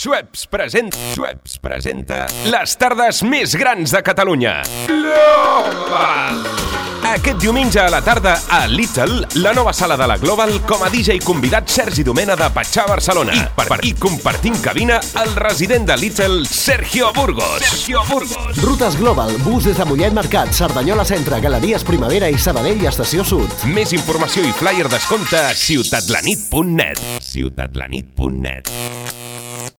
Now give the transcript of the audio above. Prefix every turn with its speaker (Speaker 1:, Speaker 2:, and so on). Speaker 1: Sueps presenta... Sueps presenta... Les tardes més grans de Catalunya. Global! Aquest diumenge a la tarda a Little, la nova sala de la Global, com a DJ convidat Sergi Domena de Patxà, Barcelona. I, per, per, i compartint cabina el resident de Little, Sergio Burgos. Sergio Burgos.
Speaker 2: Rutes Global, bus des de Mollet Mercat, Cerdanyola Centre, Galeries Primavera i Sabadell i Estació Sud.
Speaker 1: Més informació i flyer descompte a ciutatlanit.net. ciutatlanit.net.